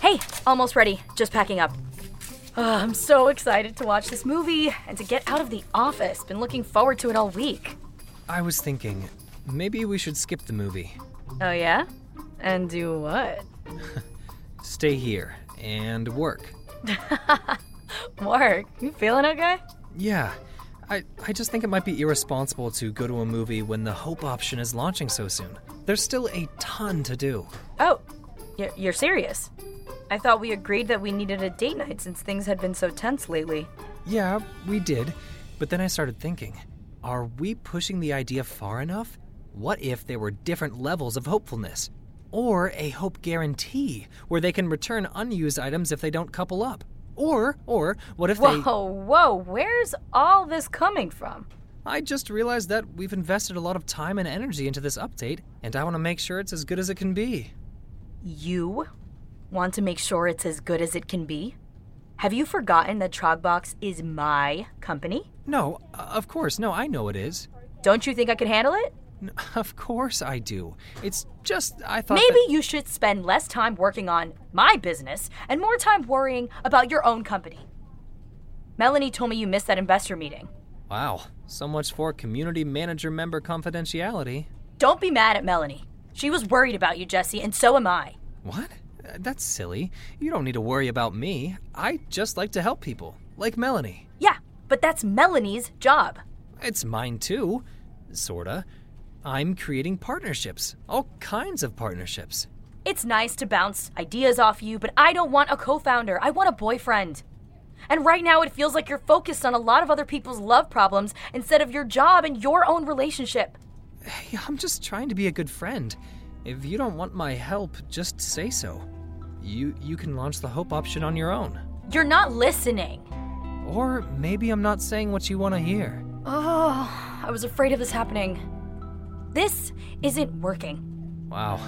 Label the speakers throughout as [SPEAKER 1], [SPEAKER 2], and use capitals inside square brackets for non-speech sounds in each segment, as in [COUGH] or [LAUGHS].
[SPEAKER 1] Hey, almost ready. Just packing up. Ugh, I'm so excited to watch this movie and to get out of the office. Been looking forward to it all week.
[SPEAKER 2] I was thinking, maybe we should skip the movie.
[SPEAKER 1] Oh, yeah? And do what?
[SPEAKER 2] Stay here and work.
[SPEAKER 1] Mark, you feeling okay?
[SPEAKER 2] Yeah, I, I just think it might be irresponsible to go to a movie when the Hope option is launching so soon. There's still a ton to do.
[SPEAKER 1] Oh, y- you're serious? I thought we agreed that we needed a date night since things had been so tense lately.
[SPEAKER 2] Yeah, we did. But then I started thinking are we pushing the idea far enough? What if there were different levels of hopefulness? Or a hope guarantee where they can return unused items if they don't couple up? Or, or, what if they.
[SPEAKER 1] Whoa, whoa, where's all this coming from?
[SPEAKER 2] I just realized that we've invested a lot of time and energy into this update, and I want to make sure it's as good as it can be.
[SPEAKER 1] You want to make sure it's as good as it can be? Have you forgotten that Trogbox is my company?
[SPEAKER 2] No, uh, of course, no, I know it is.
[SPEAKER 1] Don't you think I can handle it?
[SPEAKER 2] N- [LAUGHS] Of course I do. It's just, I thought.
[SPEAKER 1] Maybe
[SPEAKER 2] that-
[SPEAKER 1] you should spend less time working on my business and more time worrying about your own company. Melanie told me you missed that investor meeting.
[SPEAKER 2] Wow, so much for community manager member confidentiality.
[SPEAKER 1] Don't be mad at Melanie. She was worried about you, Jesse, and so am I.
[SPEAKER 2] What? Uh, That's silly. You don't need to worry about me. I just like to help people, like Melanie.
[SPEAKER 1] Yeah, but that's Melanie's job.
[SPEAKER 2] It's mine too, sorta. I'm creating partnerships, all kinds of partnerships.
[SPEAKER 1] It's nice to bounce ideas off you, but I don't want a co founder. I want a boyfriend. And right now, it feels like you're focused on a lot of other people's love problems instead of your job and your own relationship.
[SPEAKER 2] Hey, I'm just trying to be a good friend. If you don't want my help, just say so. You you can launch the hope option on your own.
[SPEAKER 1] You're not listening.
[SPEAKER 2] Or maybe I'm not saying what you want to hear.
[SPEAKER 1] Oh, I was afraid of this happening. This isn't working.
[SPEAKER 2] Wow.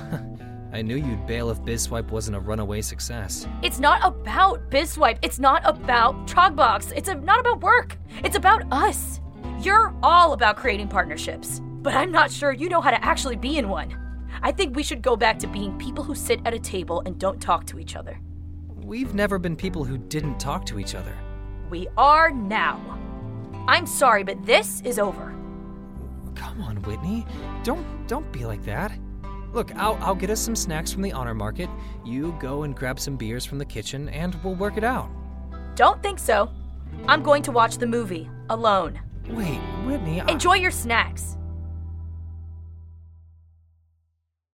[SPEAKER 2] [LAUGHS] I knew you'd bail if BizSwipe wasn't a runaway success.
[SPEAKER 1] It's not about BizSwipe. It's not about Trogbox. It's a- not about work. It's about us. You're all about creating partnerships, but I'm not sure you know how to actually be in one. I think we should go back to being people who sit at a table and don't talk to each other.
[SPEAKER 2] We've never been people who didn't talk to each other.
[SPEAKER 1] We are now. I'm sorry, but this is over.
[SPEAKER 2] Come on, Whitney. Don't don't be like that. Look, I'll I'll get us some snacks from the honor market. You go and grab some beers from the kitchen and we'll work it out.
[SPEAKER 1] Don't think so. I'm going to watch the movie alone.
[SPEAKER 2] Wait, Whitney, I-
[SPEAKER 1] Enjoy your snacks.